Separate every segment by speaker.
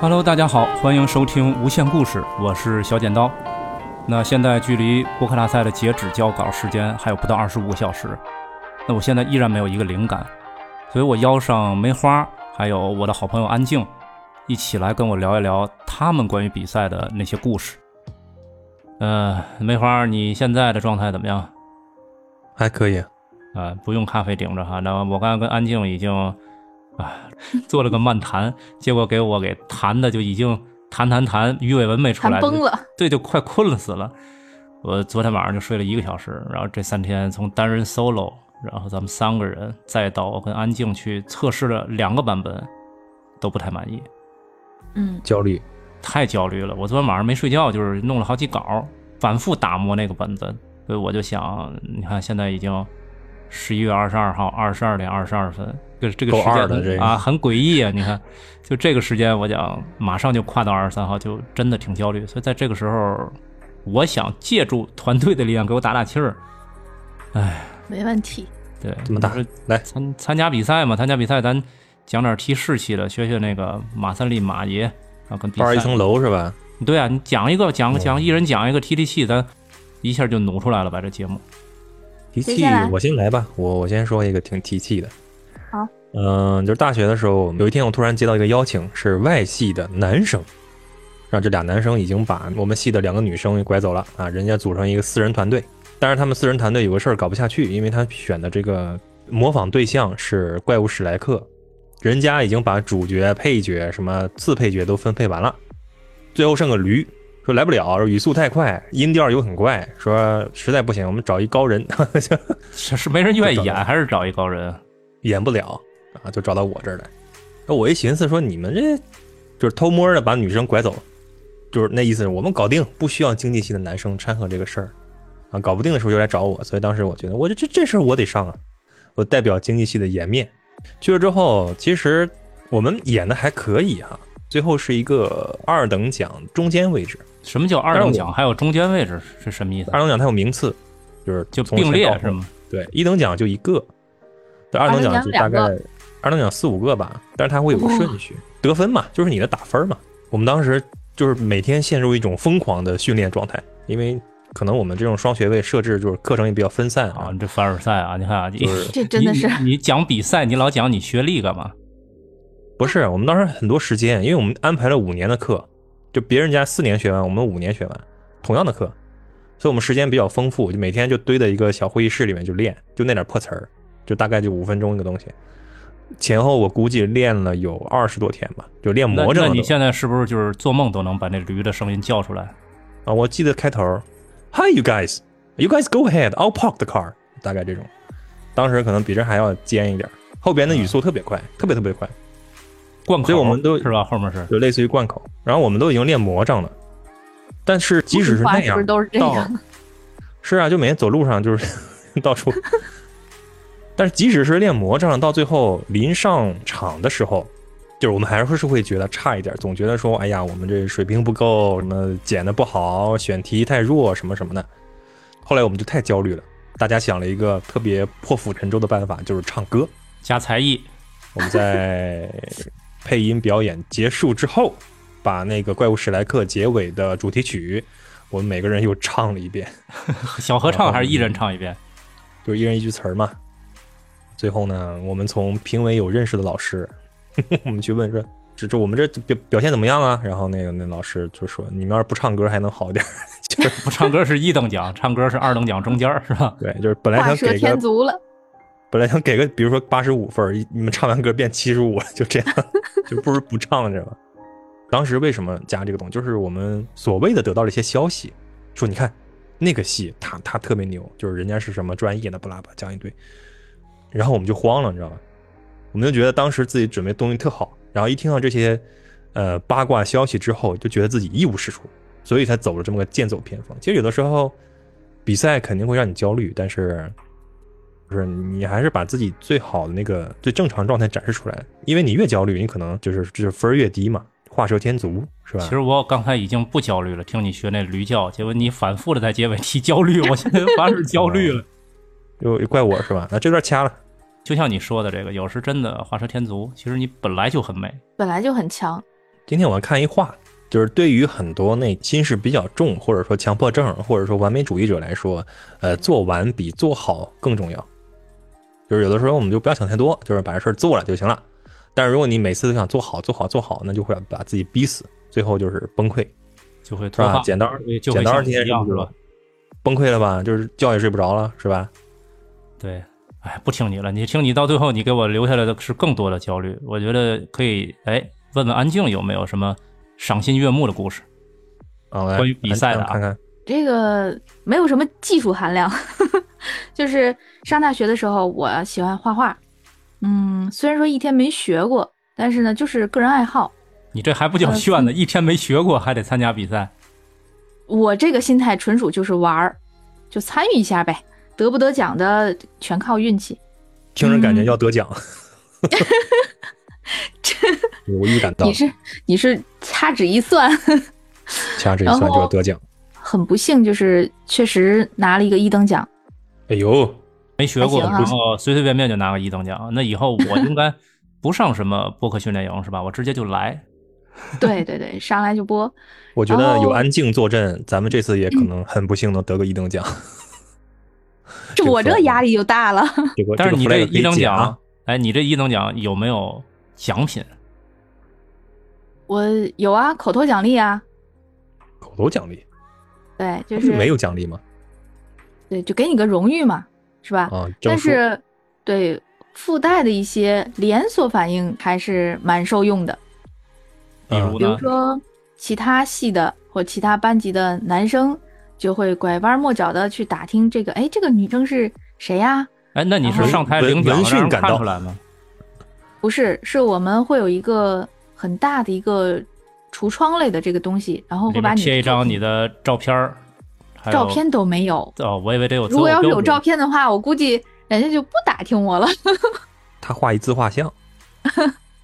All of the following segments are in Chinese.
Speaker 1: Hello，大家好，欢迎收听《无限故事》，我是小剪刀。那现在距离博克大赛的截止交稿时间还有不到二十五个小时，那我现在依然没有一个灵感，所以我邀上梅花，还有我的好朋友安静，一起来跟我聊一聊他们关于比赛的那些故事。呃，梅花，你现在的状态怎么样？
Speaker 2: 还可以，
Speaker 1: 啊、不用咖啡顶着哈。那我刚才跟安静已经啊做了个漫谈，结果给我给谈的就已经谈谈谈，鱼尾纹没出
Speaker 3: 谈
Speaker 1: 来，
Speaker 3: 崩了。
Speaker 1: 对，就快困了死了。我昨天晚上就睡了一个小时，然后这三天从单人 solo，然后咱们三个人，再到我跟安静去测试了两个版本，都不太满意，
Speaker 3: 嗯，
Speaker 2: 焦虑。
Speaker 1: 太焦虑了。我昨天晚上没睡觉，就是弄了好几稿，反复打磨那个本子，所以我就想，你看现在已经十一月二十二号二十二点二十二分，这个这个
Speaker 2: 够
Speaker 1: 时间
Speaker 2: 二的这个
Speaker 1: 啊，很诡异啊！你看，就这个时间，我讲马上就跨到二十三号，就真的挺焦虑。所以在这个时候，我想借助团队的力量给我打打气儿。
Speaker 3: 没问题。
Speaker 1: 对，
Speaker 2: 这么大
Speaker 1: 就是
Speaker 2: 来
Speaker 1: 参参加比赛嘛，参加比赛咱讲点提士气的，学学那个马三立马爷啊，跟比
Speaker 2: 二一
Speaker 1: 赛。
Speaker 2: 层楼是吧？
Speaker 1: 对啊，你讲一个讲
Speaker 2: 哦
Speaker 1: 讲，一人讲一个提提气，咱一下就努出来了吧？这节 目
Speaker 2: 提
Speaker 3: 谁
Speaker 2: 气
Speaker 3: 先来，
Speaker 2: 我先来吧。我我先说一个挺提气的。
Speaker 3: 好。
Speaker 2: 嗯、就是大学的时候，有一天我突然接到一个邀请，是外系的男生，然后这俩男生已经把我们系的两个女生给拐走了啊，人家组成一个四人团队。但是他们四人团队有个事儿搞不下去，因为他选的这个模仿对象是怪物史莱克，人家已经把主角、配角、什么次配角都分配完了，最后剩个驴，说来不了，说语速太快，音调又很怪，说实在不行，我们找一高人， 就
Speaker 1: 这是没人愿意
Speaker 2: 就
Speaker 1: 演，
Speaker 2: 找
Speaker 1: 还是找一高人？
Speaker 2: 演不了啊，就找到我这儿来。那我一寻思说，你们这就是偷摸的把女生拐走，就是那意思，我们搞定，不需要经济系的男生掺和这个事儿啊。搞不定的时候就来找我，所以当时我觉得，我这这这事儿我得上啊，我代表经济系的颜面。去了之后，其实我们演的还可以哈、最后是一个二等奖中间位置，
Speaker 1: 什么叫二
Speaker 2: 但是
Speaker 1: 等
Speaker 2: 我
Speaker 1: 奖？还有中间位置是什么意思？
Speaker 2: 二等奖它有名次，就是
Speaker 1: 就
Speaker 2: 从前
Speaker 1: 并列
Speaker 2: 到后
Speaker 1: 是吗？
Speaker 2: 对，一等奖就一个，对，二等奖就大概
Speaker 3: 二
Speaker 2: 二等奖四五个吧，但是它会有个顺序，得分嘛，就是你的打分嘛。我们当时就是每天陷入一种疯狂的训练状态，因为可能我们这种双学位设置就是课程也比较分散
Speaker 1: 啊，
Speaker 2: 啊，
Speaker 1: 你这凡尔赛啊！你看啊，你
Speaker 2: 就是
Speaker 3: 这真的是
Speaker 1: 你你你讲比赛，你老讲你学历干嘛？
Speaker 2: 不是我们当时很多时间，因为我们安排了五年的课，就别人家四年学完，我们五年学完同样的课，所以我们时间比较丰富，就每天就堆在一个小会议室里面就练，就那点破词儿，就大概就五分钟一个东西。前后我估计练了有二十多天吧，就练
Speaker 1: 那
Speaker 2: 魔怔
Speaker 1: 那
Speaker 2: 了
Speaker 1: 你
Speaker 2: 都。
Speaker 1: 现在是不是就是做梦都能把那驴的声音叫出来？
Speaker 2: 啊，我记得开头，Hi you guys, you guys go ahead, I'll park the car，大概这种。当时可能比这还要尖一点，后边的语速特别快，特别特别快，
Speaker 1: 灌口，
Speaker 2: 所以我们都
Speaker 1: 是吧？后面是
Speaker 2: 就类似于贯口。然后我们都已经练魔怔了，但是即使是
Speaker 3: 话
Speaker 2: 那
Speaker 3: 是不
Speaker 2: 样
Speaker 3: 是，都是这
Speaker 2: 到
Speaker 3: 样？
Speaker 2: 是啊，就每天走路上就是 到处。但是即使是练魔杖，到最后临上场的时候，就是我们还是会觉得差一点，总觉得说，哎呀，我们这水平不够，什么剪的不好，选题太弱，什么什么的。后来我们就太焦虑了，大家想了一个特别破釜沉舟的办法，就是唱歌。
Speaker 1: 加才艺，
Speaker 2: 我们在配音表演结束之后，把那个《怪物史莱克》结尾的主题曲，我们每个人又唱了一遍。
Speaker 1: 小合唱
Speaker 2: 啊然后
Speaker 1: 还是一人唱一遍？
Speaker 2: 就是一人一句词儿嘛。最后呢，我们从评委有认识的老师， 我们去问说，这这我们这表表现怎么样啊？然后那个那老师就说，你们要是不唱歌还能好点儿，就是
Speaker 1: 不唱歌是一等奖，唱歌是二等奖中间儿是吧？
Speaker 2: 对，就是本来
Speaker 3: 画
Speaker 2: 想
Speaker 3: 蛇
Speaker 2: 给
Speaker 3: 添
Speaker 2: 个
Speaker 3: 足了，
Speaker 2: 本来想给个，比如说八十五分儿，一你们唱完歌变七十五，就这样， 就不如不唱着了。当时为什么加这个东西？就是我们所谓的得到了一些消息，说你看那个戏，他他特别牛，就是人家是什么专业的，不拉巴讲一堆，然后我们就慌了，你知道吧？我们就觉得当时自己准备东西特好，然后一听到这些呃八卦消息之后，就觉得自己一无是处，所以才走了这么个剑走偏锋。其实有的时候比赛肯定会让你焦虑，但是就是你还是把自己最好的那个最正常状态展示出来，因为你越焦虑，你可能就是就是分儿越低嘛，画蛇添足是吧？
Speaker 1: 其实我刚才已经不焦虑了，听你学那驴叫，结果你反复的在结尾提焦 虑，我现在反而焦虑
Speaker 2: 嗯
Speaker 1: 了。
Speaker 2: 又又怪我是吧？那这段掐了，
Speaker 1: 就像你说的这个，有时真的画蛇添足，其实你本来就很美，
Speaker 3: 本来就很强，
Speaker 2: 今天我看一话，就是对于很多那心事比较重，或者说强迫症，或者说完美主义者来说，呃，做完比做好更重要。就是有的时候我们就不要想太多，就是把这事儿做了就行了。但是如果你每次都想做好、做好、做好，那就会把自己逼死，最后就是崩溃，
Speaker 1: 就会
Speaker 2: 是
Speaker 1: 脱
Speaker 2: 吧？
Speaker 1: 发，
Speaker 2: 啊剪刀
Speaker 1: 对就会
Speaker 2: 剪刀
Speaker 1: 像
Speaker 2: 今天
Speaker 1: 一
Speaker 2: 是
Speaker 1: 样
Speaker 2: 不
Speaker 1: 是
Speaker 2: 是
Speaker 1: 吧？
Speaker 2: 崩溃了吧？就是觉也睡不着了，是吧？
Speaker 1: 对，哎，不听你了，你听你到最后，你给我留下来的是更多的焦虑。我觉得可以，哎，问问安静有没有什么赏心悦目的故事？
Speaker 2: 啊，来
Speaker 1: 关于比赛的啊
Speaker 2: 看看
Speaker 3: 这个没有什么技术含量， 就是上大学的时候，我喜欢画画，嗯，虽然说一天没学过，但是呢，就是个人爱好。
Speaker 1: 你这还不叫
Speaker 3: 呃
Speaker 1: 炫呢，一天没学过还得参加比赛，
Speaker 3: 我这个心态纯属就是玩儿，就参与一下呗，得不得奖的全靠运气。
Speaker 2: 听着感觉
Speaker 3: 嗯
Speaker 2: 要得奖， 我预感到
Speaker 3: 你是你是掐指一算，
Speaker 2: 掐指一
Speaker 3: 然
Speaker 2: 算就要
Speaker 3: 后
Speaker 2: 得奖。
Speaker 3: 很不幸就是确实拿了一个一等奖。
Speaker 2: 哎呦，
Speaker 1: 没学过，
Speaker 3: 还行啊
Speaker 1: 然后随随便便就拿个一等奖，那以后我应该不上什么播客训练营是吧？我直接就来。
Speaker 3: 对对对，上来就播。
Speaker 2: 我觉得有
Speaker 3: 哦嗯
Speaker 2: 安静坐镇，咱们这次也可能很不幸能得个一等 奖。
Speaker 3: 这
Speaker 2: 这
Speaker 3: 我
Speaker 2: 个
Speaker 3: 这压力就大了。
Speaker 2: 这个，
Speaker 1: 但是
Speaker 2: 个
Speaker 1: 你这
Speaker 2: flag 可以
Speaker 1: 一等
Speaker 2: 剪
Speaker 1: 奖，
Speaker 2: 啊，
Speaker 1: 哎，你这一等奖有没有奖品？
Speaker 3: 我有啊，口头奖励啊，
Speaker 2: 口头奖励
Speaker 3: 对，就是
Speaker 1: 哦
Speaker 2: 没有奖励吗？
Speaker 3: 对，就给你个荣誉嘛，是吧？
Speaker 2: 啊，证
Speaker 3: 但
Speaker 2: 书
Speaker 3: 是对附带的一些连锁反应还是蛮受用的，
Speaker 1: 比
Speaker 2: 嗯
Speaker 1: 如
Speaker 3: 比
Speaker 1: 呢
Speaker 3: 如？说其他系的或其他班级的男生就会拐弯抹角的去打听这个，哎，这个女生是谁啊呀、
Speaker 1: 哎，那你是
Speaker 3: 文
Speaker 1: 上台
Speaker 2: 文
Speaker 1: 领奖
Speaker 2: 文
Speaker 1: 让
Speaker 2: 讯
Speaker 1: 人
Speaker 2: 赶
Speaker 1: 看
Speaker 2: 到
Speaker 1: 出来吗？
Speaker 3: 不是，是我们会有一个很大的一个橱窗类的这个东西，然后
Speaker 1: 里
Speaker 3: 会
Speaker 1: 面
Speaker 3: 把你的
Speaker 1: 贴一
Speaker 3: 作
Speaker 1: 张
Speaker 3: 品
Speaker 1: 你的照片儿，还有
Speaker 3: 照片都没有。
Speaker 1: 哦，我以为得有。
Speaker 3: 如果要是有照，片的话，我估计人家就不打听我了。
Speaker 2: 他画一自画像，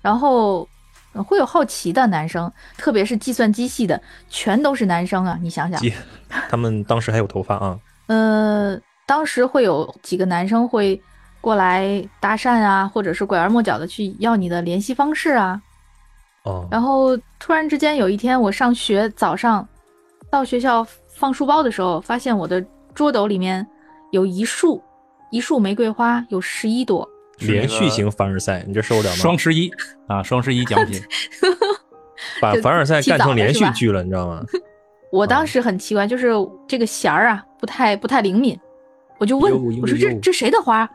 Speaker 3: 然后呃会有好奇的男生，特别是计算机系的，全都是男生啊！你想想，
Speaker 2: 姐，他们当时还有头发啊，
Speaker 3: 呃，当时会有几个男生会过来搭讪啊，或者是拐弯抹角的去要你的联系方式啊。
Speaker 2: 哦，
Speaker 3: 然后突然之间有一天，我上学早上到学校放书包的时候，发现我的桌斗里面有一束一束玫瑰花，有十一朵。
Speaker 1: 是那
Speaker 2: 连续
Speaker 1: 个
Speaker 2: 型凡尔赛，你这受得了吗
Speaker 1: 双？十一啊，双十一奖品
Speaker 2: 把
Speaker 3: 就
Speaker 2: 凡尔赛
Speaker 3: 起
Speaker 2: 干
Speaker 3: 早
Speaker 2: 成
Speaker 3: 了
Speaker 2: 连
Speaker 3: 是
Speaker 2: 续
Speaker 3: 吧
Speaker 2: 剧了，你知道 吗？
Speaker 3: 我
Speaker 2: 啊
Speaker 3: 当时很奇怪，就是这个弦儿啊，不太不太灵敏，我就问
Speaker 2: 哟哟
Speaker 3: 我说这
Speaker 2: 哟
Speaker 3: 这谁的花？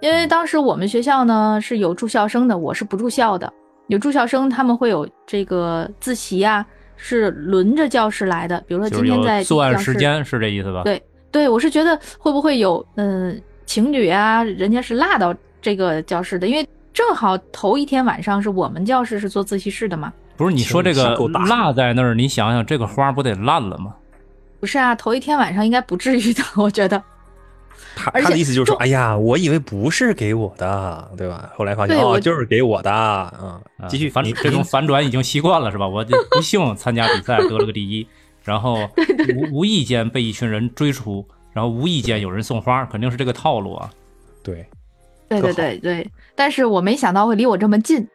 Speaker 3: 因为当时我们学校呢是有住校生的，我是不住校的。有住校生，他们会有这个自习啊，是轮着教室来的。比如说
Speaker 1: 就
Speaker 3: 今
Speaker 1: 是
Speaker 3: 天在
Speaker 1: 有作
Speaker 3: 教
Speaker 1: 案
Speaker 3: 室
Speaker 1: 时，间，是这意思吧？
Speaker 3: 对对我是觉得会不会有嗯、情侣啊，人家是落到这个教室的，因为正好头一天晚上是我们教室是做自习室的嘛。
Speaker 1: 不是你说这
Speaker 2: 行
Speaker 1: 个
Speaker 2: 够大
Speaker 1: 落在那儿，你想想这个花不得烂了吗？
Speaker 3: 不是啊，头一天晚上应该不至于的，我觉得。
Speaker 2: 他
Speaker 3: 而
Speaker 2: 他的
Speaker 3: 且
Speaker 2: 意思就是说，
Speaker 3: 就
Speaker 2: 哎呀，我以为不是给我的，对吧？后来发现
Speaker 3: 对
Speaker 2: 哦，
Speaker 3: 我
Speaker 2: 就是给我的啊。
Speaker 1: 啊
Speaker 2: 继续，
Speaker 1: 反
Speaker 2: 你
Speaker 1: 这种反转已经习惯了是吧？我就不幸参加比赛得了个第 一，然后无无意间被一群人追出，然后无意间有人送花，肯定是这个套路啊。
Speaker 2: 对，
Speaker 3: 对
Speaker 2: 特
Speaker 3: 对对对，但是我没想到会离我这么近，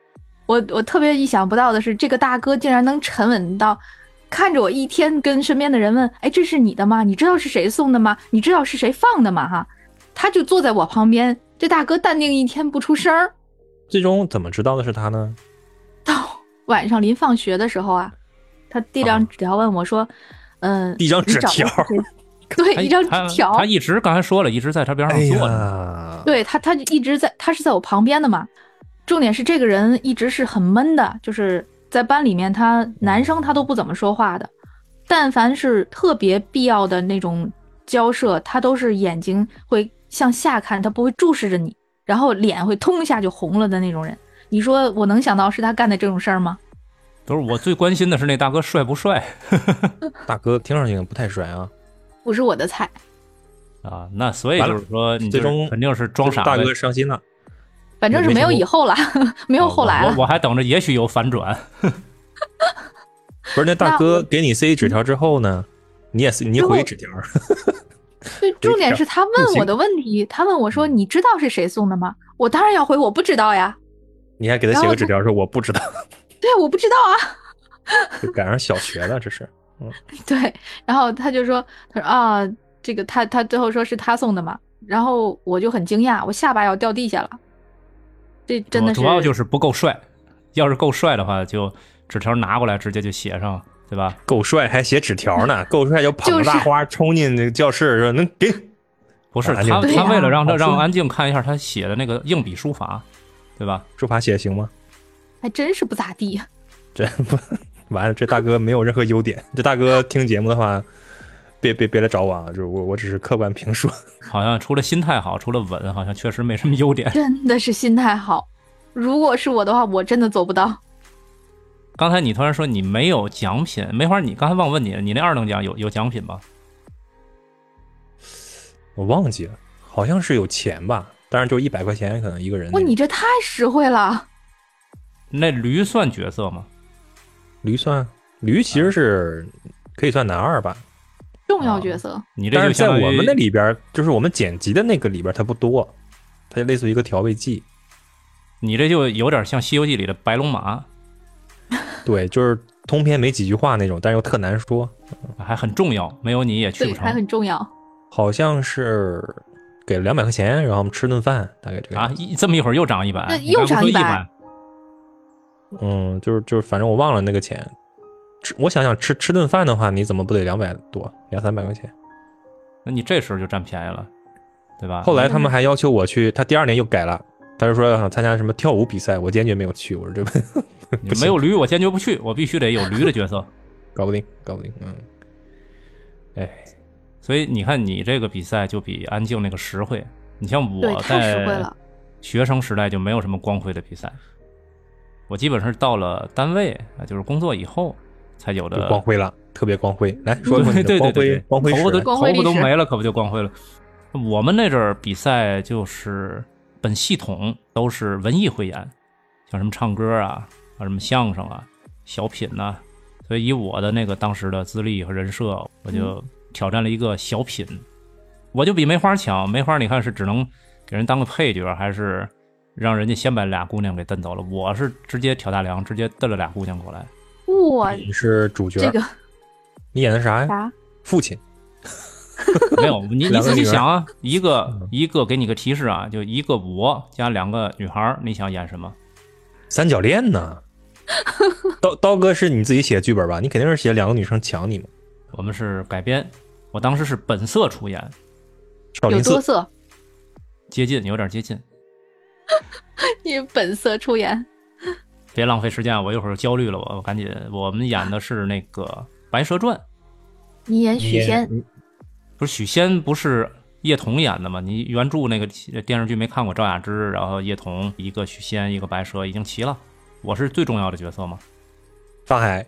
Speaker 3: 我我特别意想不到的是，这个大哥竟然能沉稳到看着我一天跟身边的人问，哎，这是你的吗？你知道是谁送的吗？你知道是谁放的吗？哈，他就坐在我旁边，这大哥淡定一天不出声儿。
Speaker 2: 最终怎么知道的是他 呢？
Speaker 3: 晚上临放学的时候啊，他递
Speaker 2: 啊
Speaker 3: 张纸条问我说，嗯、
Speaker 2: 递张
Speaker 3: 你
Speaker 2: 纸
Speaker 3: 找
Speaker 2: 条
Speaker 3: 到谁 对，一张
Speaker 1: 他
Speaker 3: 纸条，
Speaker 1: 他一直刚才说了，一直在他边上
Speaker 2: 哎
Speaker 1: 坐着。
Speaker 2: 呀，
Speaker 3: 对他，他就一直在，他是在我旁边的嘛。重点是这个人一直是很闷的，就是在班里面他男生他都不怎么说话的，但凡是特别必要的那种交涉，他都是眼睛会向下看，他不会注视着你，然后脸会通一下就红了的那种人。你说我能想到是他干的这种事儿吗？
Speaker 1: 不是我最关心的是那大哥帅不帅
Speaker 2: 大哥听上去不太帅啊。
Speaker 3: 不是我的菜。
Speaker 1: 啊？那所以
Speaker 2: 完
Speaker 1: 就
Speaker 2: 了
Speaker 1: 是说，你
Speaker 2: 最
Speaker 1: 就是
Speaker 2: 终
Speaker 1: 肯定是装傻呗。
Speaker 2: 大哥伤心了，
Speaker 3: 反正是没有以后了， 没有后来
Speaker 1: 哦我
Speaker 3: 了
Speaker 1: 我。我还等着，也许有反转。
Speaker 2: 不是那大
Speaker 3: 那
Speaker 2: 哥
Speaker 3: 我
Speaker 2: 给你塞纸条之后呢，你也塞，你也
Speaker 3: 之后
Speaker 2: 回纸条，
Speaker 3: 对，重点是他问我的问题，他问我说：“
Speaker 1: 嗯
Speaker 3: 你知道是谁送的吗？”我当然要回我不知道呀。
Speaker 2: 你还给他
Speaker 3: 然
Speaker 2: 写
Speaker 3: 后
Speaker 2: 个纸条说我不知道。
Speaker 3: 对，我不知道啊。
Speaker 2: 就赶上小学了，这是。
Speaker 3: 对，然后他就说，他说啊，这个他他最后说是他送的嘛，然后我就很惊讶，我下巴要掉地下了，这 真的是
Speaker 1: 主要就是不够帅，要是够帅的话，就纸条拿过来直接就写上，对吧？
Speaker 2: 够帅，还写纸条 呢，够帅就捧
Speaker 3: 就
Speaker 2: 着
Speaker 3: 是
Speaker 2: 大花冲进那个教室说：“能给
Speaker 1: 不是
Speaker 2: 啊
Speaker 1: 他，
Speaker 2: 对
Speaker 1: 他
Speaker 3: 呀
Speaker 1: 为了让他
Speaker 2: 好说
Speaker 1: 让安静看一下他写的那个硬笔书法，对吧？
Speaker 2: 书法写行吗
Speaker 3: 还真是不咋地。？”
Speaker 2: 这不完了，这大哥没有任何优点。这大哥听节目的话，别别别来找我啊！就是我我只是客观评述。
Speaker 1: 好像除了心态好，除了稳，好像确实没什么优点。
Speaker 3: 真的是心态好。如果是我的话，我真的做不到。
Speaker 1: 刚才你突然说你没有奖品，梅花，你刚才忘问你，你那二等奖有有奖品吗？
Speaker 2: 我忘记了，好像是有钱吧，当然就一百块钱，可能一个人那
Speaker 1: 嗯
Speaker 3: 哇，
Speaker 2: 种。
Speaker 3: 你这太实惠了！
Speaker 1: 那驴算角色吗？
Speaker 2: 驴算驴其实是可以算男二吧，
Speaker 3: 重
Speaker 1: 啊
Speaker 3: 要角色，
Speaker 1: 你这
Speaker 2: 但
Speaker 1: 就是
Speaker 2: 在
Speaker 1: 相当于
Speaker 2: 我们那里边儿，就是我们剪辑的那个里边儿，它不多，它就类似于一个调味剂。
Speaker 1: 你这就有点像《西游记》里的白龙马，
Speaker 2: 对，就是通篇没几句话那种，但是又特难说。
Speaker 1: 还很重要，没有你也去
Speaker 3: 对，
Speaker 1: 不
Speaker 3: 还
Speaker 1: 成
Speaker 3: 很重要。
Speaker 2: 好像是给两百块钱，然后我们吃顿饭，大概这个。
Speaker 1: 啊！一这么一会儿又涨一百
Speaker 3: 那，
Speaker 1: 你刚
Speaker 3: 又
Speaker 1: 不
Speaker 3: 涨
Speaker 1: 说一
Speaker 3: 100
Speaker 1: 百，啊
Speaker 2: 嗯，就是就是，反正我忘了那个钱。吃，我想想，吃吃顿饭的话，你怎么不得两百多，两三百块钱？
Speaker 1: 那你这时候就占便宜了，对吧？
Speaker 2: 后来他们还要求我去，他第二年又改了，他就说想参加什么跳舞比赛，我坚决没有去。我说这不
Speaker 1: 你
Speaker 2: 不行
Speaker 1: 没有驴，我坚决不去，我必须得有驴的角色。
Speaker 2: 搞不定，搞不定。嗯，哎，
Speaker 1: 所以你看，你这个比赛就比安静那个实惠。你像
Speaker 3: 对
Speaker 1: 我，
Speaker 3: 太实惠
Speaker 1: 在
Speaker 3: 了
Speaker 1: 学生时代就没有什么光辉的比赛，我基本上是到了单位啊，就是工作以后才有
Speaker 2: 就
Speaker 1: 的
Speaker 2: 光辉了，特别光辉。来 说说你
Speaker 1: 呃对
Speaker 2: 的
Speaker 1: 对
Speaker 2: 光
Speaker 1: 对
Speaker 2: 辉
Speaker 1: 对，
Speaker 2: 光辉
Speaker 1: 头发都
Speaker 2: 史。
Speaker 3: 光辉
Speaker 1: 头发
Speaker 3: 历
Speaker 1: 都
Speaker 3: 史
Speaker 1: 没了，可不就光辉了？我们那阵儿比赛就是本系统都是文艺汇演，像什么唱歌啊，啊什么相声啊、小品呐、所以以我的那个当时的资历和人设，我
Speaker 3: 嗯
Speaker 1: 就挑战了一个小品，我就比梅花强。梅花你看是只能给人当个配角，还是让人家先把俩姑娘给蹬走了？我是直接挑大梁，直接蹬了俩姑娘过来。
Speaker 3: 哇，
Speaker 1: 哎
Speaker 2: 你是主角，
Speaker 3: 这个
Speaker 2: 你演的啥呀？
Speaker 3: 啥？
Speaker 2: 父亲。
Speaker 1: 没有，你你
Speaker 2: 两个
Speaker 1: 自己
Speaker 2: 女儿嗯
Speaker 1: 想啊，一个一个给你个提示啊，就一个我加两个女孩儿，你想演什么？
Speaker 2: 三角恋呢？ 刀刀哥是你自己写剧本吧？你肯定是写两个女生抢你嘛。
Speaker 1: 我们是改编，我当时是本色出演，
Speaker 2: 少
Speaker 3: 有
Speaker 2: 林
Speaker 3: 多
Speaker 2: 寺
Speaker 3: 色？
Speaker 1: 接近有点接近，
Speaker 3: 你本色出演，
Speaker 1: 别浪费时间啊，我一会儿焦虑了，我我赶紧，我们演的是那个《白蛇传》，
Speaker 3: 你演许
Speaker 1: 嗯
Speaker 3: 仙，
Speaker 2: 你
Speaker 1: 不是许仙不是叶童演的吗？你原著那个电视剧没看过，赵雅芝，然后叶童一个许仙，一个白蛇，已经齐了，我是最重要的角色吗？
Speaker 2: 法海，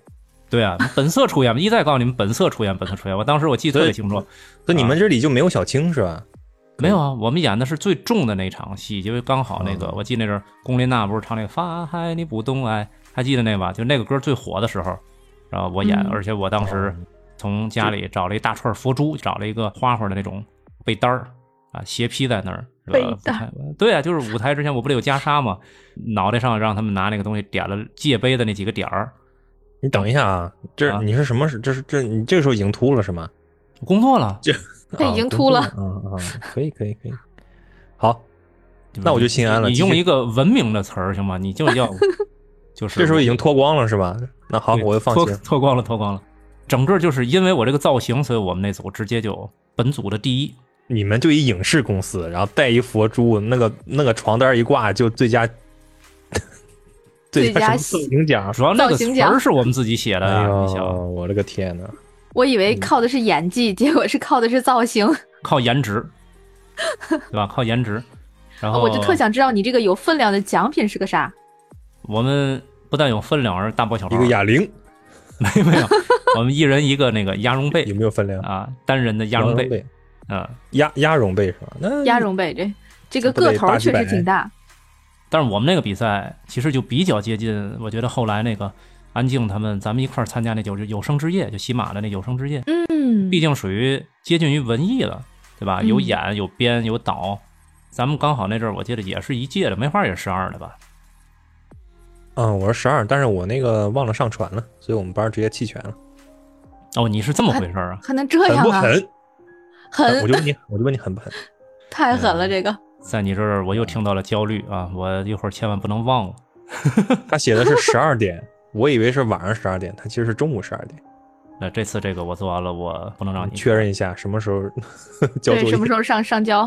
Speaker 1: 对啊，本色出演嘛，一再告诉你们本色出演，本色出演。我当时我记得特别清楚，
Speaker 2: 所以你们这里就没有小青是吧？
Speaker 1: 没有啊，我们演的是最重的那场戏，因为刚好那
Speaker 2: 嗯
Speaker 1: 个，我记得那阵儿龚琳娜不是唱那个《法海你不懂爱》，还记得那吧？就那个歌最火的时候，然后我演，
Speaker 3: 嗯
Speaker 1: 而且我当时从家里找了一大串佛珠，找了一个花花的那种被单儿啊，斜披在那儿。是吧
Speaker 3: 被单儿
Speaker 1: 舞台对啊，就是舞台之前我不得有袈裟吗？脑袋上让他们拿那个东西点了界碑的那几个点儿。
Speaker 2: 你等一下啊，这
Speaker 1: 啊
Speaker 2: 你是什么时？这是这你这个时候已经秃了是吗？
Speaker 1: 我工作了，
Speaker 3: 他已经秃了
Speaker 2: 啊啊啊！可以可以可以。好，那我就心安了
Speaker 1: 你
Speaker 2: 继续
Speaker 1: 用一个文明的词儿行吗？你就 要就是
Speaker 2: 这时候已经脱光了是吧？那好，
Speaker 1: 对
Speaker 2: 我就放
Speaker 1: 脱
Speaker 2: 心。
Speaker 1: 脱光了，脱光了。整个就是因为我这个造型，所以我们那组直接就本组的第一。
Speaker 2: 你们就一影视公司，然后带一佛珠，那个那个床单一挂就最佳 最
Speaker 3: 最佳
Speaker 2: 佳什么赠品奖。
Speaker 1: 主要那个词
Speaker 3: 造型
Speaker 1: 儿
Speaker 3: 奖
Speaker 1: 是我们自己写的
Speaker 2: 哎
Speaker 1: 啊，
Speaker 2: 呦
Speaker 1: 你想，
Speaker 2: 我勒个天呐！
Speaker 3: 我以
Speaker 1: 嗯
Speaker 3: 为靠的是演技，结果是靠的是造型。
Speaker 1: 靠颜 值，对吧？靠颜值。然后
Speaker 3: 哦我就特想知道你这个有分量的奖品是个啥？
Speaker 1: 我们不但有分量，而大包小
Speaker 2: 一
Speaker 1: 包
Speaker 2: 个。哑铃
Speaker 1: 没有没有，我们一人一个那个鸭绒被
Speaker 2: 有没有分量？
Speaker 1: 啊，单人的鸭绒被，嗯。
Speaker 2: 鸭鸭绒被是吧？那
Speaker 3: 鸭绒被这这个
Speaker 2: 不得
Speaker 3: 个头
Speaker 2: 嗯
Speaker 3: 儿
Speaker 2: 大几
Speaker 3: 确
Speaker 2: 百
Speaker 3: 实挺大，
Speaker 1: 但是我们那个比赛其实就比较接近，我觉得后来那个安静他们咱们一块儿参加那有有声之夜，就喜马的那有声之夜，
Speaker 3: 嗯
Speaker 1: 毕，竟属于接近于文艺了，对吧？有
Speaker 3: 嗯
Speaker 1: 演有编有导，咱们刚好那阵儿我记得也是一届的，梅花也十二的吧？
Speaker 2: 嗯，我是十二，但是我那个忘了上传了，所以我们班直接弃权了。
Speaker 1: 哦，你是这么回事儿啊？
Speaker 3: 还能这
Speaker 2: 狠
Speaker 3: 样
Speaker 2: 不
Speaker 3: 啊？
Speaker 2: 狠？啊
Speaker 3: 狠
Speaker 2: 我就问你，我就问你狠不狠？
Speaker 3: 太狠
Speaker 2: 嗯
Speaker 3: 了，这个
Speaker 1: 在你这儿我又听到了焦虑啊！
Speaker 3: 嗯
Speaker 1: 我一会儿千万不能忘了。
Speaker 2: 他写的是十二点， 我以为是晚上十二点，他其实是中午十二点。
Speaker 1: 那这次这个我做完了，我不能让啊
Speaker 3: 嗯
Speaker 1: 你
Speaker 2: 确认一下什么时候 交作
Speaker 3: 对，
Speaker 2: 业。
Speaker 3: 什么时候上上交？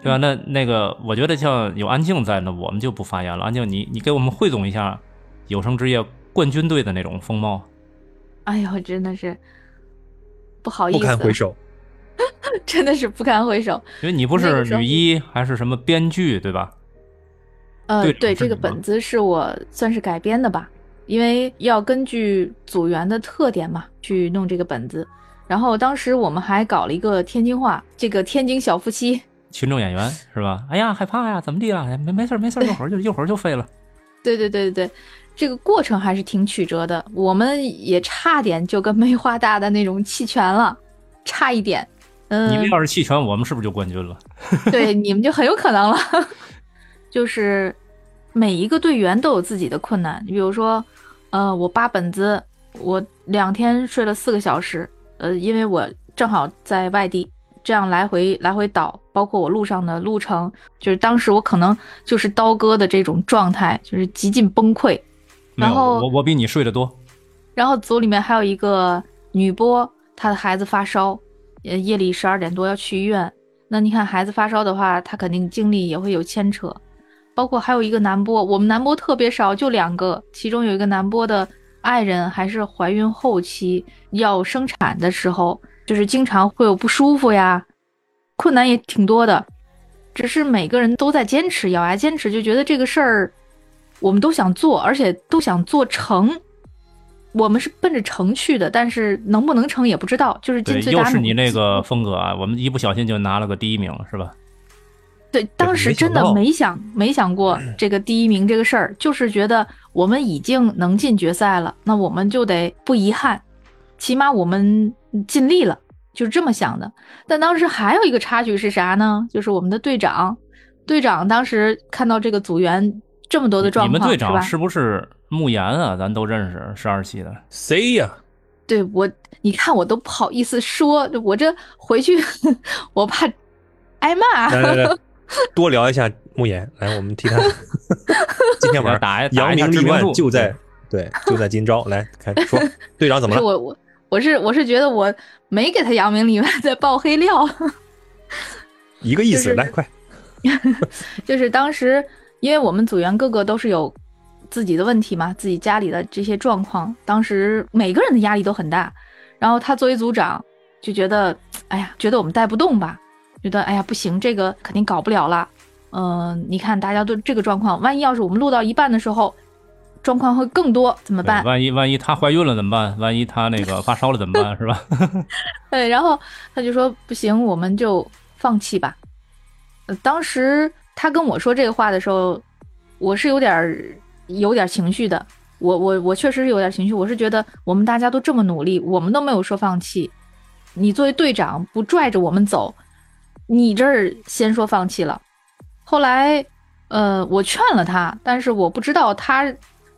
Speaker 1: 对吧？那那个，我觉得像有安静在，那我们就不发言了。安静，你你给我们汇总一下有生之夜冠军队的那种风貌。
Speaker 3: 哎呦，真的是不好
Speaker 2: 不
Speaker 3: 意
Speaker 2: 堪回
Speaker 3: 思，啊
Speaker 2: 首。
Speaker 3: 真的是不堪回首。
Speaker 1: 因为你不
Speaker 3: 那
Speaker 1: 是
Speaker 3: 个时候
Speaker 1: 女一还是什么编剧对吧？
Speaker 3: 呃
Speaker 1: 对，
Speaker 3: 对，
Speaker 1: 是
Speaker 3: 这个
Speaker 1: 你吗
Speaker 3: 本子是我算是改编的吧，因为要根据组员的特点嘛去弄这个本子。然后当时我们还搞了一个天津话，这个天津小夫妻，
Speaker 1: 群众演员是吧？哎呀，害怕呀，怎么地啦？哎没没事儿没事儿，一会儿就一 会儿就废了。
Speaker 3: 对对对对对，这个过程还是挺曲折的，我们也差点就跟梅花大的那种弃权了，差一点。嗯，
Speaker 1: 你们要是弃权，我们是不是就冠军了？
Speaker 3: 对，你们就很有可能了。 就是每一个队员都有自己的困难，你比如说，呃，我扒本子，我两天睡了四个小时，呃，因为我正好在外地，这样来回来回倒，包括我路上的路程，就是当时我可能就是刀割的这种状态，就是极尽崩溃。
Speaker 1: 没
Speaker 3: 然
Speaker 1: 有，
Speaker 3: 后
Speaker 1: 我我比你睡得多。
Speaker 3: 然后组里面还有一个女播，她的孩子发烧，呃，夜里十二点多要去医院。那你看孩子发烧的话，她肯定精力也会有牵扯。包括还有一个男播，我们男播特别少，就两个，其中有一个男播的爱人还是怀孕后期要生产的时候，就是经常会有不舒服呀，困难也挺多的。只是每个人都在坚持，咬牙坚持，就觉得这个事儿我们都想做，而且都想做成。我们是奔着成去的，但是能不能成也不知道，就是尽
Speaker 1: 对，
Speaker 3: 最
Speaker 1: 又
Speaker 3: 大努力。
Speaker 1: 是你那个风格啊！我们一不小心就拿了个第一名，是吧？
Speaker 3: 对，当时真的
Speaker 2: 没
Speaker 3: 没想没想过
Speaker 1: 嗯
Speaker 3: 这个第一名这个事儿，就是觉得我们已经能进决赛了，那我们就得不遗憾，起码我们尽力了，就是这么想的。但当时还有一个插曲是啥呢？就是我们的队长，队长当时看到这个组员这么多的状
Speaker 1: 你
Speaker 3: 况，
Speaker 1: 们队
Speaker 3: 是
Speaker 1: 长
Speaker 3: 吧？
Speaker 1: 是不是慕言啊？咱都认识，十二期的。
Speaker 2: 谁呀？
Speaker 3: 对我，你看我都不好意思说，我这回去 我怕挨骂。
Speaker 2: 来来来， 多聊一下慕言。来，我们替他 今天晚上
Speaker 1: 打一打
Speaker 2: 扬
Speaker 1: 一下
Speaker 2: 名
Speaker 1: 知
Speaker 2: 立
Speaker 1: 名
Speaker 2: 万
Speaker 1: 度
Speaker 2: 就在对就在今朝。来，看说队长怎
Speaker 3: 不
Speaker 2: 么
Speaker 3: 是
Speaker 2: 了？
Speaker 3: 我我我是我是觉得我没给他扬名立万，在爆黑料。
Speaker 2: 一个意
Speaker 3: 就
Speaker 2: 思。
Speaker 3: 是嗯
Speaker 2: 来，快
Speaker 3: 就是当时因为我们组员个个都是有自己的问题嘛，自己家里的这些状况，当时每个人的压力都很大。然后他作为组长，就觉得，哎呀，觉得我们带不动吧，觉得哎呀不行，这个肯定搞不了了。嗯、你看大家都这个状况，万一要是我们录到一半的时候，状况会更多，怎么办
Speaker 1: 对？万一万一她怀孕了怎么办？万一她那个发烧了怎么办？是 吧？
Speaker 3: 对，然后他就说不行，我们就放弃吧。呃，当时他跟我说这个话的时候，我是有点儿有点儿情绪的。我我我确实是有点儿情绪，我是觉得我们大家都这么努力，我们都没有说放弃。你作为队长不拽着我们走，你这儿先说放弃了。后来，呃，我劝了他，但是我不知道他，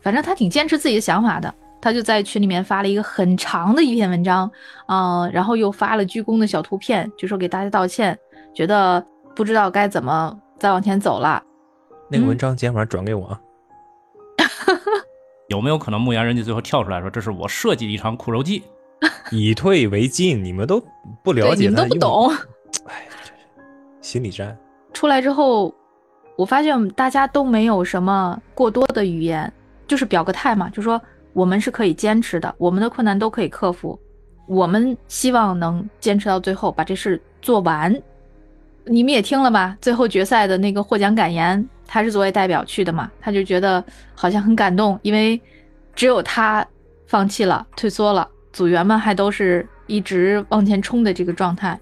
Speaker 3: 反正他挺坚持自己的想法的。他就在群里面发了一个很长的一篇文章，嗯、然后又发了鞠躬的小图片，就说给大家道歉，觉得不知道该怎么再往前走了。
Speaker 2: 那个文章今天晚上转给我啊。
Speaker 1: 有没有可能慕言人家最后跳出来说这是我设计的一场苦肉计？
Speaker 2: 以退为进，你们都不了
Speaker 3: 对，你
Speaker 2: 解，
Speaker 3: 们都不懂。。
Speaker 2: 哎，真是心理战。
Speaker 3: 出来之后，我发现大家都没有什么过多的语言，就是表个态嘛，就说我们是可以坚持的，我们的困难都可以克服，我们希望能坚持到最后，把这事做完。你们也听了吧？最后决赛的那个获奖感言，他是作为代表去的嘛，他就觉得好像很感动，因为只有他放弃了、退缩了，组员们还都是一直往前冲的这个状态。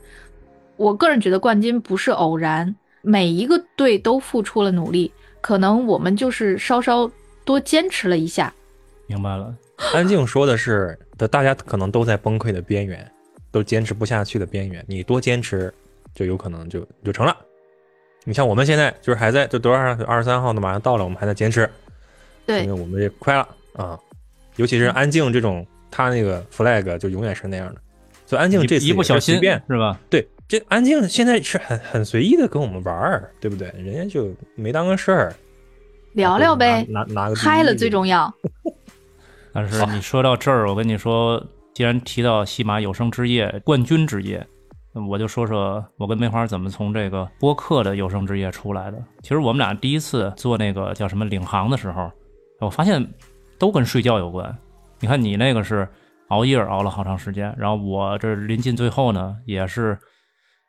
Speaker 3: 我个人觉得冠军不是偶然，每一个队都付出了努力，可能我们就是稍稍多坚持了一下。
Speaker 1: 明白了，
Speaker 2: 安静说的是，的大家可能都在崩溃的边缘，都坚持不下去的边缘。你多坚持，就有可能就就成了。你像我们现在就是还在，就多少二十三号呢，马上到了，我们还在坚持。
Speaker 3: 对嗯
Speaker 2: 因为我们也快了啊。尤其是安静这种，他那个 flag 就永远是那样的。所以安静这次
Speaker 1: 一一不
Speaker 2: 也是
Speaker 1: 小心
Speaker 2: 随便
Speaker 1: 是吧？
Speaker 2: 对，这安静现在是很很随意的跟我们玩儿，对不对？人家就没当个事儿，
Speaker 3: 聊聊呗，
Speaker 2: 拿拿拿个第一
Speaker 3: 嗨了最重要。
Speaker 1: 但是你说到这儿，我跟你说，既然提到西马有生之夜冠军之夜，那我就说说我跟梅花怎么从这个播客的有生之夜出来的。其实我们俩第一次做那个叫什么领航的时候，我发现都跟睡觉有关。你看你那个是熬夜熬了好长时间，然后我这临近最后呢，也是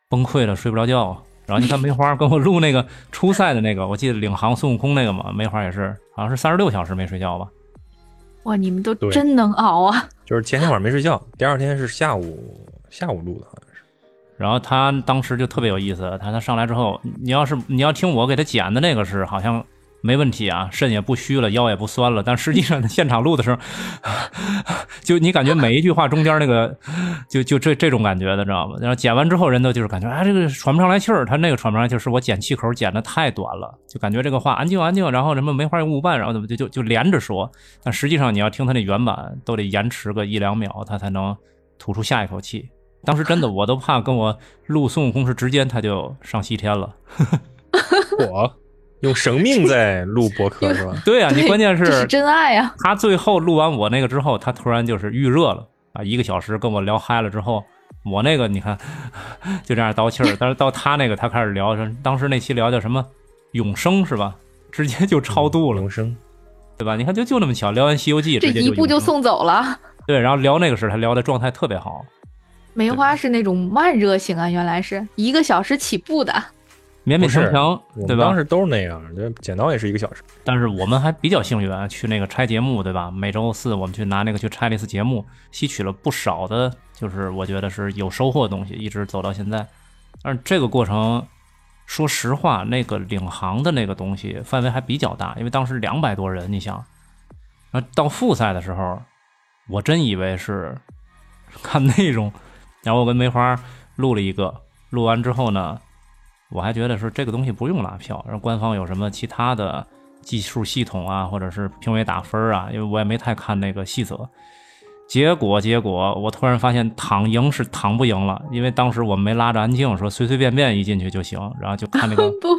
Speaker 1: 崩溃了，睡不着觉。然后你看梅花跟我录那个初赛的那个，我记得领航孙悟空那个嘛，梅花也是好像是三十六小时没睡觉吧。
Speaker 3: 哇，你们都
Speaker 2: 对
Speaker 3: 真能熬啊！
Speaker 2: 就是前天晚上没睡觉，第二天是下午下午录的，好像是。
Speaker 1: 然后他当时就特别有意思，他他上来之后，你要是你要听我给他剪的那个是好像没问题啊，肾也不虚了，腰也不酸了，但实际上现场录的时候， 就你感觉每一句话中间那个就就这这种感觉的，知道吗？然后剪完之后，人都就是感觉啊、哎，这个喘不上来气儿，他那个喘不上来气儿是我剪气口剪的太短了，就感觉这个话安静安静，然后什么梅花又误办，然后怎么就就就连着说，但实际上你要听他那原版，都得延迟个一两秒，他才能吐出下一口气。当时真的我都怕跟我录孙悟空是直接他就上西天 了。
Speaker 2: 我 用生命在录博 客是吧？
Speaker 1: 对啊，你
Speaker 3: 对
Speaker 1: 关键
Speaker 3: 这是
Speaker 1: 是
Speaker 3: 真爱啊！
Speaker 1: 他最后录完我那个之后，他突然就是预热了啊，一个小时跟我聊嗨了之后，我那个你看 就这样倒气儿，但是到他那个他开始聊，当时那期聊叫什么永生是吧？直接就超度了，
Speaker 2: 永生，
Speaker 1: 对吧？你看就就那么巧，聊完《西游记》
Speaker 3: 这
Speaker 1: 直接
Speaker 3: 一步
Speaker 1: 就
Speaker 3: 就
Speaker 1: 永生
Speaker 3: 送走了。
Speaker 1: 对，然后聊那个时候他聊的状态特别好，
Speaker 3: 梅花是那种慢热型啊，原来是一个小时起步的。
Speaker 1: 勉勉
Speaker 2: 不
Speaker 1: 强
Speaker 2: 是
Speaker 1: 强
Speaker 2: 我
Speaker 1: 对
Speaker 2: 们
Speaker 1: 吧？
Speaker 2: 当时都是那样，就剪刀也是一个小时。
Speaker 1: 但是我们还比较幸运啊，去那个拆节目，对吧？每周四我们去拿那个去拆了一次节目，吸取了不少的，就是我觉得是有收获的东西，一直走到现在。但是这个过程，说实话，那个领航的那个东西范围还比较大，因为当时两百多人，你想，然后到复赛的时候，我真以为是 看内容，然后我跟梅花录了一个，录完之后呢，我还觉得说这个东西不用拉票，然后官方有什么其他的技术系统啊，或者是评委打分啊，因为我也没太看那个细则。结果，结果，我突然发现躺赢是躺不赢了，因为当时我们没拉着安静，说随随便便一进去就行，然后就看那个
Speaker 3: 不，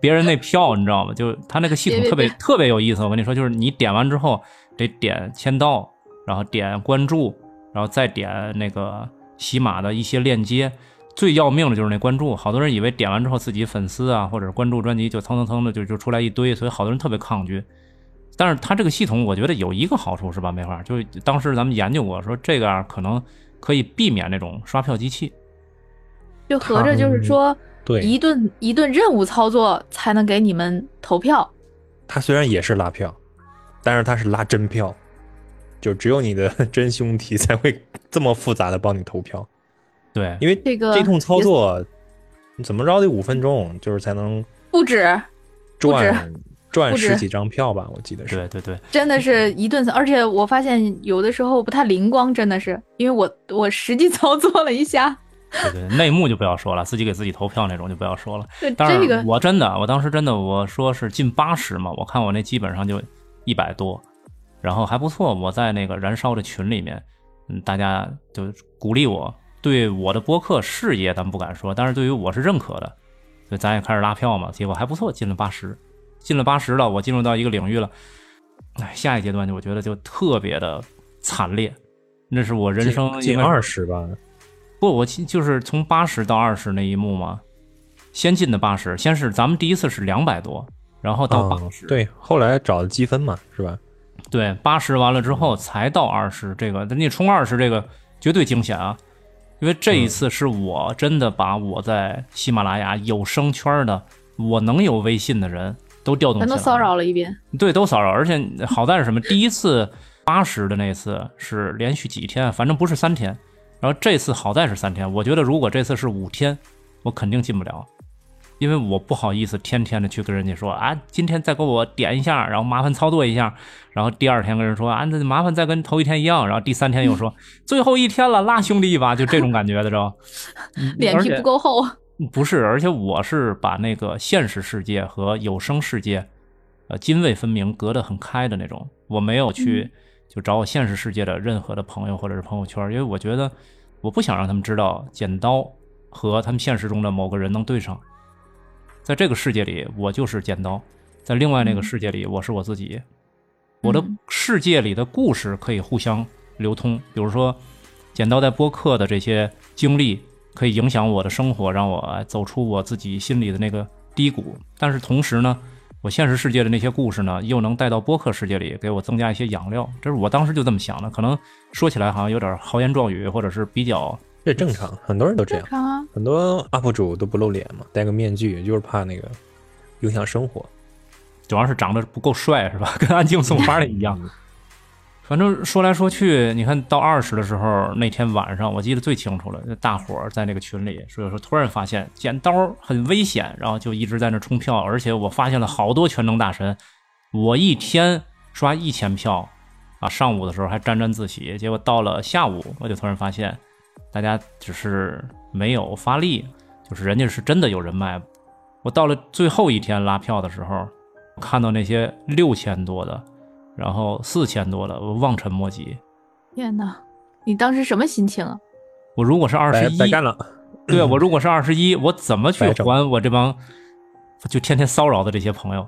Speaker 1: 别人那票，你知道吗？就是他那个系统
Speaker 3: 别别
Speaker 1: 特别
Speaker 3: 别
Speaker 1: 特别有意思。我跟你说，就是你点完之后得点签到，然后点关注，然后再点那个喜马的一些链接。最要命的就是那关注，好多人以为点完之后自己粉丝啊，或者是关注专辑就蹭蹭蹭的就就出来一堆，所以好多人特别抗拒。但是它这个系统，我觉得有一个好处是吧？梅花，就是当时咱们研究过，说这个样可能可以避免那种刷票机器。
Speaker 3: 就合
Speaker 1: 嗯
Speaker 3: 着就是说
Speaker 2: 对
Speaker 3: 一，顿一顿任务操作才能给你们投票。
Speaker 2: 他虽然也是拉票，但是他是拉真票，就只有你的 真兄弟才会这么复杂的帮你投票，
Speaker 1: 对，
Speaker 2: 因为
Speaker 3: 这个
Speaker 2: 这通操作怎么着得五分钟，就是才能
Speaker 3: 不止，不止
Speaker 2: 赚赚
Speaker 3: 不止
Speaker 2: 十几张票吧，我记得是。
Speaker 1: 对对对，
Speaker 3: 真的是一顿，而且我发现有的时候不太灵光，真的是因为我我实际操作了一下，
Speaker 1: 对对，内幕就不要说了，自己给自己投票那种就不要说了。
Speaker 3: 这
Speaker 1: 但
Speaker 3: 这
Speaker 1: 是
Speaker 3: 个
Speaker 1: 我真的，我当时真的，我说是近八十嘛，我看我那基本上就一百多，然后还不错。我在那个燃烧的群里面，嗯，大家就鼓励我，对我的播客事业咱不敢说，但是对于我是认可的，所以咱也开始拉票嘛，结果还不错，进了八十，进了八十了，我进入到一个领域了，哎，下一阶段就我觉得就特别的惨烈，那是我人生
Speaker 2: 近
Speaker 1: 应该是
Speaker 2: 二十吧，
Speaker 1: 不，我其就是从八十到二十那一幕嘛，先进的八十，先是咱们第一次是两百多，然后到
Speaker 2: 啊
Speaker 1: 八十、
Speaker 2: 对，后来找的积分嘛，是吧？
Speaker 1: 对，八十完了之后才到二十，这个你冲二十这个绝对惊险啊！因为这一次是我真的把我在喜马拉雅有声圈的，我能有微信的人都调动
Speaker 3: 全
Speaker 1: 起来
Speaker 3: 都
Speaker 1: 了
Speaker 3: 骚扰了一遍，
Speaker 1: 对，都骚扰，而且好在是什么？第一次八十的那次是连续几天，反正不是三天。然后这次好在是三天，我觉得如果这次是五天，我肯定进不了，因为我不好意思天天的去跟人家说啊，今天再给我点一下，然后麻烦操作一下，然后第二天跟人说啊，那麻烦再跟头一天一样，然后第三天又 说、最后一天了，拉兄弟一把，就这种感觉的，知道吗？嗯
Speaker 3: 脸皮不够厚，
Speaker 1: 不是，而且我是把那个现实世界和有声世界呃泾渭分明、隔得很开的那种。我没有去
Speaker 3: 嗯
Speaker 1: 就找我现实世界的任何的朋友或者是朋友圈，因为我觉得我不想让他们知道剪刀和他们现实中的某个人能对上。在这个世界里，我就是剪刀；在另外那个
Speaker 3: 嗯
Speaker 1: 世界里，我是我自己。我的
Speaker 3: 嗯
Speaker 1: 世界里的故事可以互相流通。比如说，剪刀在播客的这些经历，可以影响我的生活，让我走出我自己心里的那个低谷。但是同时呢，我现实世界的那些故事呢，又能带到播客世界里，给我增加一些养料。这是我当时就这么想的。可能说起来好像有点豪言壮语，或者是比较
Speaker 2: 这正常，很多人都这
Speaker 3: 正
Speaker 2: 样，
Speaker 3: 常啊，
Speaker 2: 很多 UP 主都不露脸嘛，戴个面具，就是怕那个影响生活。
Speaker 1: 主要是长得不够帅，是吧？跟 安静送花的一样。反正说来说去，你看到二十的时候，那天晚上我记得最清楚了，就大伙儿在那个群里，所以说突然发现剪刀很危险，然后就一直在那冲票，而且我发现了好多全能大神，我一天刷一千票啊，上午的时候还沾沾自喜，结果到了下午，我就突然发现大家只是没有发力，就是人家是真的有人脉。我到了最后一天拉票的时候，看到那些六千多的，然后四千多的，我望尘莫及。
Speaker 3: 天哪，你当时什么心情啊？
Speaker 1: 我如果是二
Speaker 2: 白
Speaker 1: 十
Speaker 2: 白
Speaker 1: 一，
Speaker 2: 干了，
Speaker 1: 对我如果是二十一，我怎么去
Speaker 2: 白整
Speaker 1: 还我这帮就天天骚扰的这些朋友？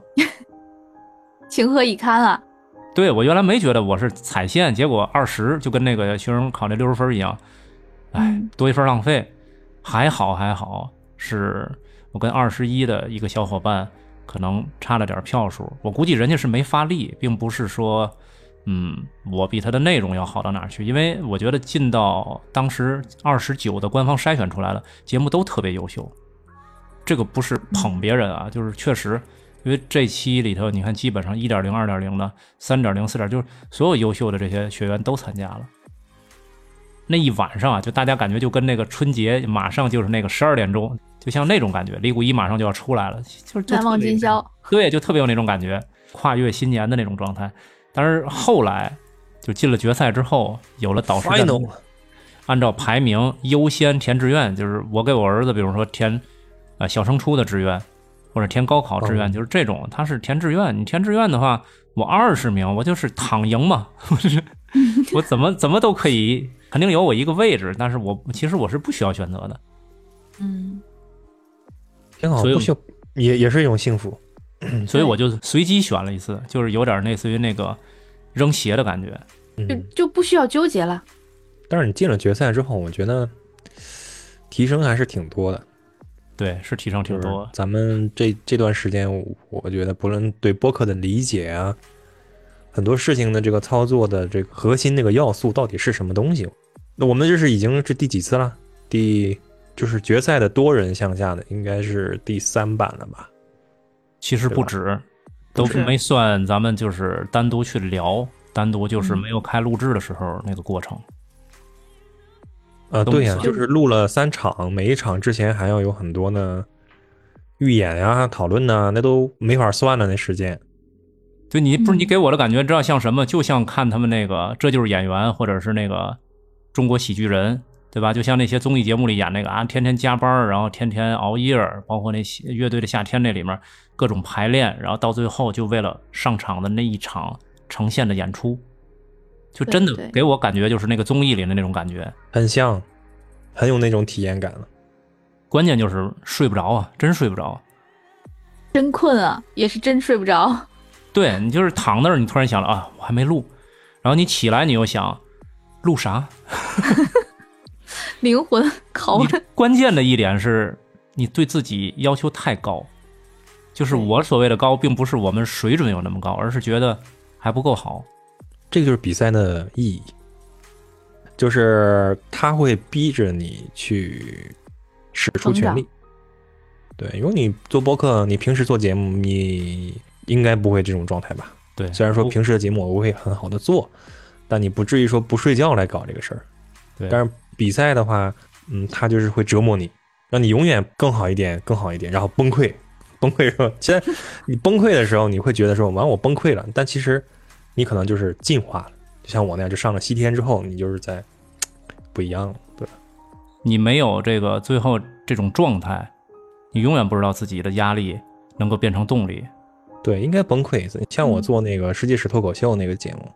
Speaker 3: 情何以堪啊！
Speaker 1: 对我原来没觉得我是踩线，结果二十就跟那个学生考那六十分一样，哎
Speaker 3: 嗯，
Speaker 1: 多一分浪费。还好还好，是我跟二十一的一个小伙伴可能差了点票数，我估计人家是没发力，并不是说，嗯，我比他的内容要好到哪儿去，因为我觉得进到当时二十九的官方筛选出来了，节目都特别优秀。这个不是捧别人
Speaker 3: 嗯
Speaker 1: 啊，就是确实，因为这期里头你看，基本上一点零、二点零的、三点零、四点，就是所有优秀的这些学员都参加了。那一晚上啊，就大家感觉就跟那个春节马上就是那个十二点钟，就像那种感觉，李谷一马上就要出来了，就是就
Speaker 3: 难忘今宵，
Speaker 1: 对，就特别有那种感觉，跨越新年的那种状态。但是后来就进了决赛之后，有了导师战略
Speaker 2: Final
Speaker 1: 按照排名优先填志愿，就是我给我儿子，比如说填呃小升初的志愿，或者填高考志愿，
Speaker 2: 哦
Speaker 1: 就是这种，他是填志愿。你填志愿的话，我二十名，我就是躺赢嘛， 我就是我怎么怎么都可以，肯定有我一个位置，但是我其实我是不需要选择的。
Speaker 3: 嗯，
Speaker 2: 挺好，
Speaker 1: 所以
Speaker 2: 不秀也也是一种幸福。嗯
Speaker 1: 所以
Speaker 3: 对
Speaker 1: 我就随机选了一次，就是有点类似于那个扔鞋的感觉。
Speaker 3: 就
Speaker 2: 嗯，
Speaker 3: 就不需要纠结了。
Speaker 2: 但是你进了决赛之后，我觉得提升还是挺多的。
Speaker 1: 对，是提升挺
Speaker 2: 就是
Speaker 1: 多。
Speaker 2: 咱们这这段时间，我我觉得不论对播客的理解啊，很多事情的这个操作的这个核心那个要素到底是什么东西，那我们这是已经是第几次了？第就是决赛的多人向下的，应该是第三版了吧？
Speaker 1: 其实
Speaker 2: 对
Speaker 1: 不
Speaker 2: 吧
Speaker 1: 止，都
Speaker 3: 止
Speaker 1: 没算咱们就是单独去聊，单独就是
Speaker 3: 嗯
Speaker 1: 没有开录制的时候那个过程。
Speaker 2: 呃，
Speaker 1: 都不
Speaker 2: 对呀、
Speaker 1: 算
Speaker 2: 就是录了三场，每一场之前还要有很多的预演呀、讨论呐、那都没法算了，那时间。
Speaker 1: 对你不是
Speaker 3: 嗯
Speaker 1: 你给我的感觉，知道像什么？就像看他们那个《这就是演员》，或者是那个《中国喜剧人》，对吧？就像那些综艺节目里演那个啊，天天加班儿，然后天天熬夜儿，包括那些乐队的夏天那里面各种排练，然后到最后就为了上场的那一场呈现的演出，就真的
Speaker 3: 对对
Speaker 1: 给我感觉就是那个综艺里的那种感觉。
Speaker 2: 很像，很有那种体验感了。
Speaker 1: 关键就是睡不着啊，真睡不着。
Speaker 3: 真困啊，也是真睡不着。
Speaker 1: 对你就是躺那儿，你突然想了啊，我还没录，然后你起来你又想录啥？
Speaker 3: 灵魂拷
Speaker 1: 你
Speaker 3: 问，
Speaker 1: 关键的一点是你对自己要求太高，就是
Speaker 3: 对
Speaker 1: 我所谓的高，并不是我们水准有那么高，而是觉得还不够好。
Speaker 2: 这个就是比赛的意义，就是它会逼着你去使出全力。对，因为你做播客，你平时做节目，你应该不会这种状态吧？
Speaker 1: 对，
Speaker 2: 虽然说
Speaker 1: 不
Speaker 2: 平时的节目我会很好的做，但你不至于说不睡觉来搞这个事儿。
Speaker 1: 对
Speaker 2: 但是比赛的话，嗯，它就是会折磨你，让你永远更好一点，更好一点，然后崩溃，崩溃是吧？现在你崩溃的时候，你会觉得说完我崩溃了，但其实你可能就是进化了，就像我那样，就上了西天之后，你就是在不一样了，对吧？
Speaker 1: 你没有这个最后这种状态，你永远不知道自己的压力能够变成动力。
Speaker 2: 对，应该崩溃一次。像我
Speaker 3: 嗯
Speaker 2: 做那个《世界史脱口秀》那个节目，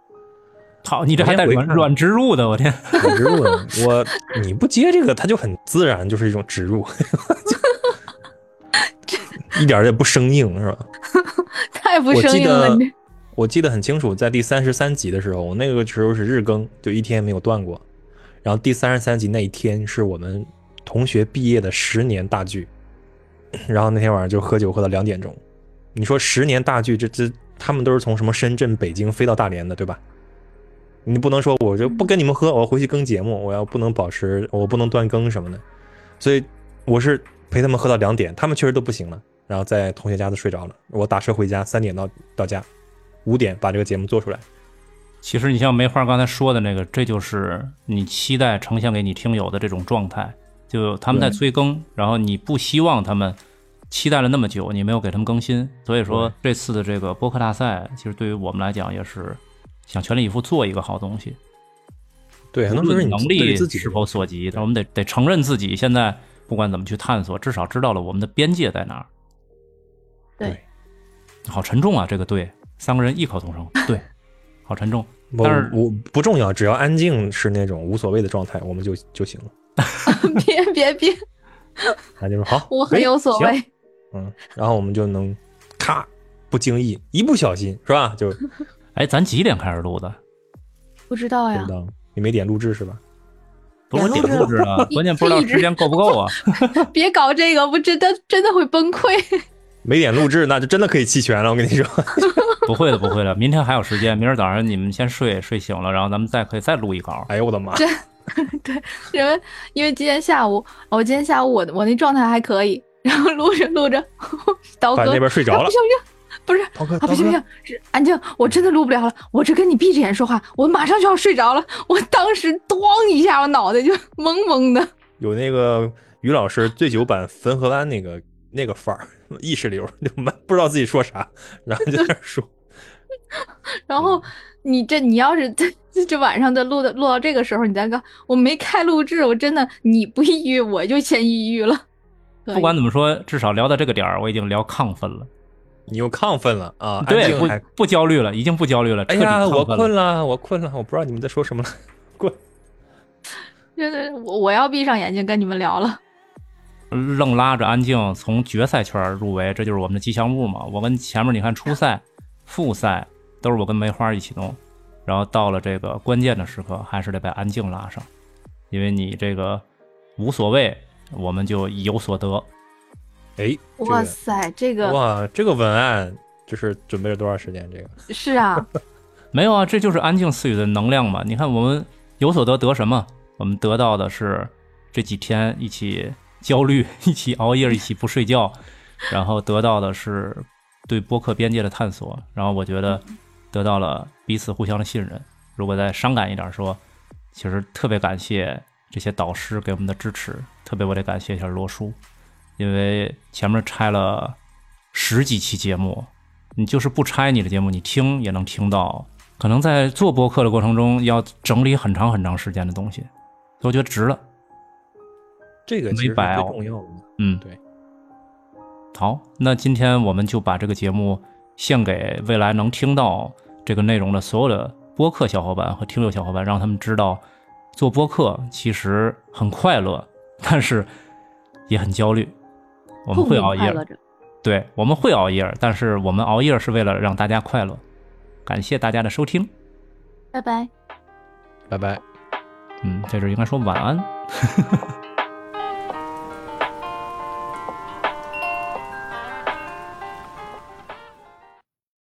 Speaker 1: 好，你这还带
Speaker 2: 我先回
Speaker 1: 软
Speaker 2: 看
Speaker 1: 软植入的，我天！
Speaker 2: 我植入了，我你不接这个，它就很自然，就是一种植入， 就一点儿也不生硬，是吧？
Speaker 3: 太不
Speaker 2: 我
Speaker 3: 生
Speaker 2: 记
Speaker 3: 硬了。
Speaker 2: 得
Speaker 3: 你 这
Speaker 2: 我记得很清楚，在第三十三集的时候，我那个时候是日更，就一天没有断过。然后第三十三集那一天是我们同学毕业的十年大聚， 然后那天晚上就喝酒喝到两点钟。你说十年大聚，这这他们都是从什么深圳、北京飞到大连的，对吧？你不能说我就不跟你们喝，我要回去更节目，我要不能保持，我不能断更什么的。所以我是陪他们喝到两点，他们确实都不行了，然后在同学家都睡着了。我打车回家，三点到到家，五点把这个节目做出来。
Speaker 1: 其实你像梅花刚才说的那个，这就是你期待呈现给你听友的这种状态，就他们在
Speaker 2: 对
Speaker 1: 催更，然后你不希望他们期待了那么久，你没有给他们更新，所以说这次的这个播客大赛，其实对于我们来讲也是想全力以赴做一个好东西，
Speaker 2: 对，很多
Speaker 1: 无
Speaker 2: 时候
Speaker 1: 论
Speaker 2: 你
Speaker 1: 能
Speaker 2: 对
Speaker 1: 力
Speaker 2: 自己
Speaker 1: 是否所及，但我们得得承认自己现在不管怎么去探索，至少知道了我们的边界在哪儿。
Speaker 3: 对，
Speaker 1: 好沉重啊，这个对，三个人异口同声，对，好沉重。
Speaker 2: 我
Speaker 1: 但是
Speaker 2: 我不重要，只要安静是那种无所谓的状态，我们就就行了。
Speaker 3: 别别别，
Speaker 2: 他就说好，
Speaker 3: 我很
Speaker 2: 哎
Speaker 3: 有所
Speaker 2: 行
Speaker 3: 谓。
Speaker 2: 嗯，然后我们就能咔，不经意，一不小心是吧？就不
Speaker 1: 哎，咱几点开始录的？
Speaker 3: 不知道哎呀
Speaker 2: 知，道你没点录制是吧？
Speaker 1: 不是我
Speaker 3: 点
Speaker 1: 点
Speaker 3: 录制
Speaker 1: 录制啊，关键不知道时间够不够啊。
Speaker 3: 别搞这个，我真的真的会崩溃。
Speaker 2: 没点录制，那就真的可以弃权了。我跟你说，
Speaker 1: 不会的，不会的，明天还有时间，明儿早上你们先睡，睡醒了，然后咱们再可以再录一稿。
Speaker 2: 哎呦我的妈！
Speaker 3: 因为因为今天下午，我今天下午我我那状态还可以， 然后录着录着，刀
Speaker 2: 把
Speaker 3: 哥
Speaker 2: 那边睡着
Speaker 3: 啊
Speaker 2: 了
Speaker 3: 不，行不行，不是
Speaker 2: 涛哥，
Speaker 3: 啊，
Speaker 2: 涛
Speaker 3: 不行不
Speaker 2: 哥
Speaker 3: 行，是安静，我真的录不了了，我这跟你闭着眼说话，我马上就要睡着了。我当时咣一下，我脑袋就 懵懵的。
Speaker 2: 有那个于老师醉酒版汾河湾那个那个范儿，意识流，就蛮不知道自己说啥，然后就在那儿说。
Speaker 3: 然后你这你要是 这这晚上的录的录到这个时候，你再看我没开录制，我真的你不抑郁我就先抑郁了。
Speaker 1: 不管怎么说，至少聊到这个点儿，我已经聊亢奋了，
Speaker 2: 你又亢奋了啊！安
Speaker 1: 对，
Speaker 2: 静还
Speaker 1: 不不焦虑了，已经不焦虑了，
Speaker 2: 哎
Speaker 1: 彻底
Speaker 2: 呀，我
Speaker 1: 亢奋了。
Speaker 2: 困了，我困了，我不知道你们在说什么了。
Speaker 3: 真的，我我要闭上眼睛跟你们聊了。
Speaker 1: 愣拉着安静从决赛圈入围，这就是我们的吉祥物嘛。我跟前面你看初赛、复赛都是我跟梅花一起弄，然后到了这个关键的时刻，还是得把安静拉上，因为你这个无所谓，我们就有所得。
Speaker 2: 哎，这
Speaker 3: 哇
Speaker 2: 个
Speaker 3: 塞，这个
Speaker 2: 哇，这个文案就是准备了多长时间？这个
Speaker 3: 是啊，
Speaker 1: 没有啊，这就是安静赐予的能量嘛。你看，我们有所得得什么？我们得到的是这几天一起焦虑、 一起熬夜、一起不睡觉， 然后得到的是对播客边界的探索。然后我觉得得到了彼此互相的信任。如果再伤感一点说，其实特别感谢这些导师给我们的支持，特别我得感谢一下罗叔，因为前面拆了十几期节目，你就是不拆你的节目，你听也能听到。可能在做播客的过程中，要整理很长很长时间的东西，所以我觉得值了。
Speaker 2: 这个其实是
Speaker 1: 没白
Speaker 2: 最
Speaker 1: 哦
Speaker 2: 重要的。
Speaker 1: 嗯，
Speaker 2: 对。
Speaker 1: 好，那今天我们就把这个节目献给未来能听到这个内容的所有的播客小伙伴和听友小伙伴，让他们知道做播客其实很快乐，但是也很焦虑。 我们
Speaker 3: 痛
Speaker 1: 会
Speaker 3: 并
Speaker 1: 熬
Speaker 3: 快
Speaker 1: 夜，
Speaker 3: 乐着。
Speaker 1: 对，我们会熬夜，但是我们熬夜是为了让大家快乐。感谢大家的收听，
Speaker 3: 拜拜。
Speaker 2: 拜拜。
Speaker 1: 嗯，在这儿应该说晚安。